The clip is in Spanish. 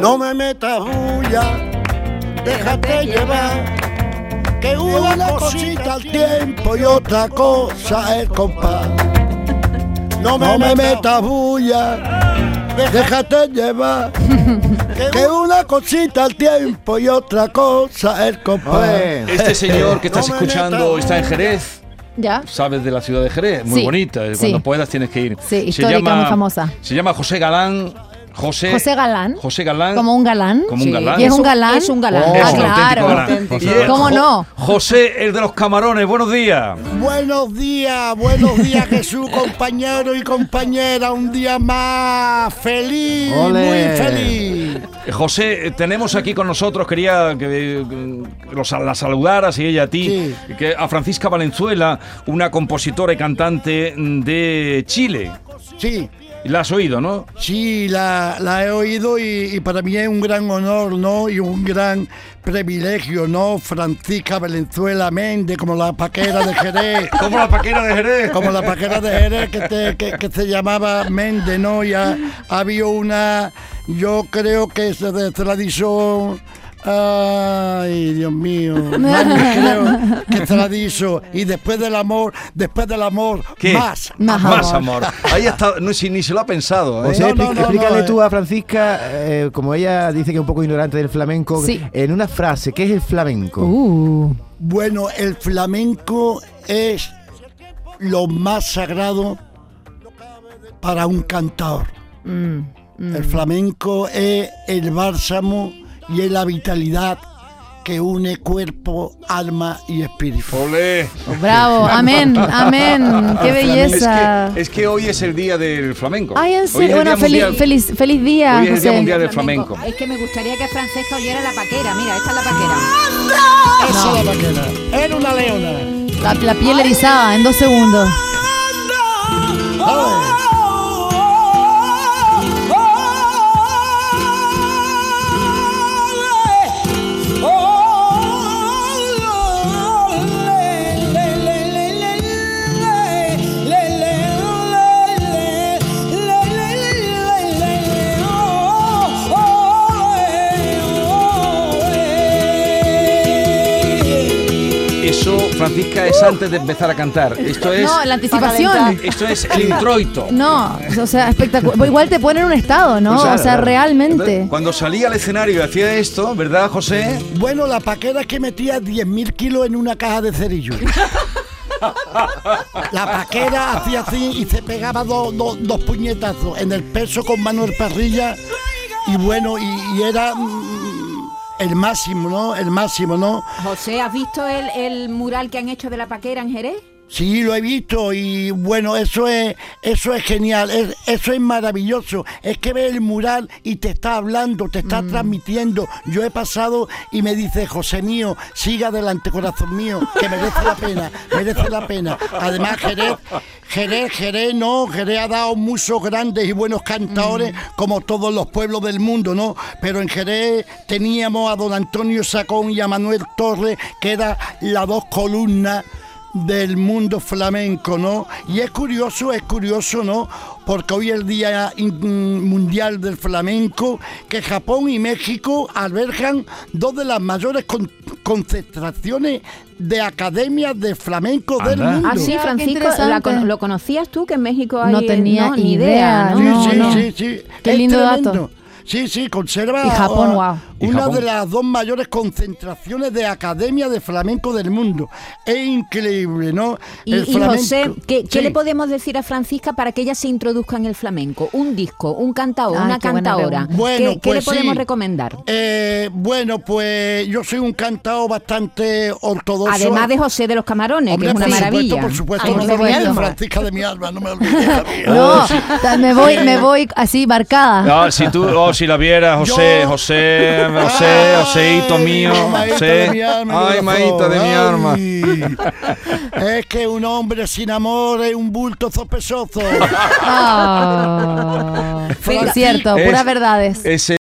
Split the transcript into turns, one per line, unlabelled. No me metas bulla, déjate llevar. Que una cosita al tiempo y otra cosa el compás. No me, metas bulla, déjate llevar. Que una cosita al tiempo y otra cosa el compás.
Este señor que estás
No me
escuchando
metas
está en Jerez.
¿Ya?
Sabes de la ciudad de Jerez, muy
Sí,
bonita. eh,
sí.
Cuando puedas tienes que ir.
Sí, histórica, muy famosa.
Se llama José Galán. José,
José Galán.
José Galán.
Como un galán.
Como un
Sí.
galán.
¿Y es
Es
un
un-
galán?
es un galán.
Es
ah,
un auténtico
claro.
galán.
Auténtico.
Y es
¿Cómo
Jo-
no?
José, el de los camarones. Buenos días.
Buenos días, buenos días Jesús, compañero y compañera, un día más feliz,
Ole.
muy feliz.
Eh, José, eh, tenemos aquí con nosotros, quería que, eh, que los- la saludaras y ella a ti, que a Francisca Valenzuela, una compositora y cantante de Chile.
Sí,
La has oído, ¿no?
sí, la, la he oído y, y para mí es un gran honor, ¿no? Y un gran privilegio, ¿no? Francisca Valenzuela Méndez, como la paquera de Jerez.
Como la paquera de Jerez.
como la paquera de Jerez que, te- que- que se llamaba Méndez, ¿no? Ya había una, yo creo que se de tradición... Ay, Dios mío. Vamos, creo que tradición. Y después del amor, después del amor,
¿Qué?
más.
Más
Más
amor.
amor. Ahí está, no, si, ni se lo ha pensado. ¿eh?
O
O sea,
No, no,
expli-
no,
explícale
no,
tú
eh.
a Francisca, eh, como ella dice que es un poco ignorante del flamenco,
Sí.
en una frase, ¿qué es el flamenco?
Uh,
Bueno, el flamenco es lo más sagrado para un cantador.
mm, mm.
El flamenco es el bálsamo y es la vitalidad que une cuerpo, alma y
¿eh?
espíritu.
Olé.
Bravo. Amén. Amén. Qué
Es
belleza.
que, es que hoy es el día del flamenco.
Ay, en
Hoy es
serio.
el
Bueno,
Día
feliz,
Mundial-
feliz, feliz día,
Hoy es el Día
José.
Mundial del Flamenco.
Es que me gustaría que Francesca oyera la paquera. Mira, esta es la paquera.
Esa es la vaquera. Era una leona.
La, la piel erizada en dos segundos.
Eso, Francisca, es antes de empezar a cantar. Esto es,
Uh. No, la anticipación.
esto es el introito.
No, o sea, espectacular. Pues Igual te pone en un estado, ¿no?
Claro,
o sea,
claro.
realmente.
Cuando salía al escenario y hacía esto, ¿verdad, José?
Bueno, la paquera es que metía 10.000 kilos en una caja de cerillo. La paquera hacía así y se pegaba do- do- dos puñetazos en el peso con Manuel Parrilla. Y bueno, y, y era mm, el máximo, ¿no? El máximo, ¿no?
José, ¿has visto el, el mural que han hecho de la paquera en Jerez?
Sí, lo he visto y bueno, eso es, eso es genial, es- eso es maravilloso. Es que ve el mural y te está hablando, te está transmitiendo. Yo he pasado y me dice, José mío, siga adelante, corazón mío, que merece la pena, merece la pena. Además, Jerez, Jerez, Jerez, no, Jerez ha dado muchos grandes y buenos cantadores, como todos los pueblos del mundo, ¿no? Pero en Jerez teníamos a don Antonio Sacón y a Manuel Torres, que eran las dos columnas del mundo flamenco, ¿no? Y es curioso, es curioso, ¿no? Porque hoy es el Día in- Mundial del Flamenco, que Japón y México albergan dos de las mayores con- concentraciones de academias de flamenco del
Anda.
mundo.
Ah, sí,
Mira, qué
Francisco,
interesante.
la con-
¿Lo conocías tú que en México hay eh,
No tenía
no, ni
idea,
idea?
Sí,
Ah, no,
sí,
no.
sí, sí.
Qué
Es
lindo dato.
tremendo. Sí, sí, conserva
Y Japón,
ah,
guau.
Y
una
Japón.
de las dos mayores concentraciones de academia de flamenco del mundo. Es increíble, ¿no?
Y,
El
y José,
flamenco-
¿qué, qué
Sí.
le podemos decir a Francisca para que ella se introduzca en el flamenco? Un disco, un cantador,
Ay,
una
qué buena
cantadora.
pregunta.
Bueno,
¿Qué, qué
pues
le podemos
sí.
recomendar?
Eh, bueno, pues yo soy un cantado bastante ortodoxo.
Además de José de los Camarones,
Pues Hombre,
que es una
por
maravilla.
Supuesto, por supuesto,
Ay,
no
por
me olvides,
supuesto.
Francisca de mi alma, no me olvides. amiga.
No, ta- me voy, me voy así marcada.
Oh. No, si tú, oh, si la vieras, José,
Yo-
José, José, Joséito
Ay,
mío,
maíta
José.
de mi alma,
Ay,
corazón,
maíta de mi
ay.
alma.
Es que un hombre sin amor es un bulto sospechoso.
Ah,
Pero-
cierto,
Es-
puras verdades.
Ese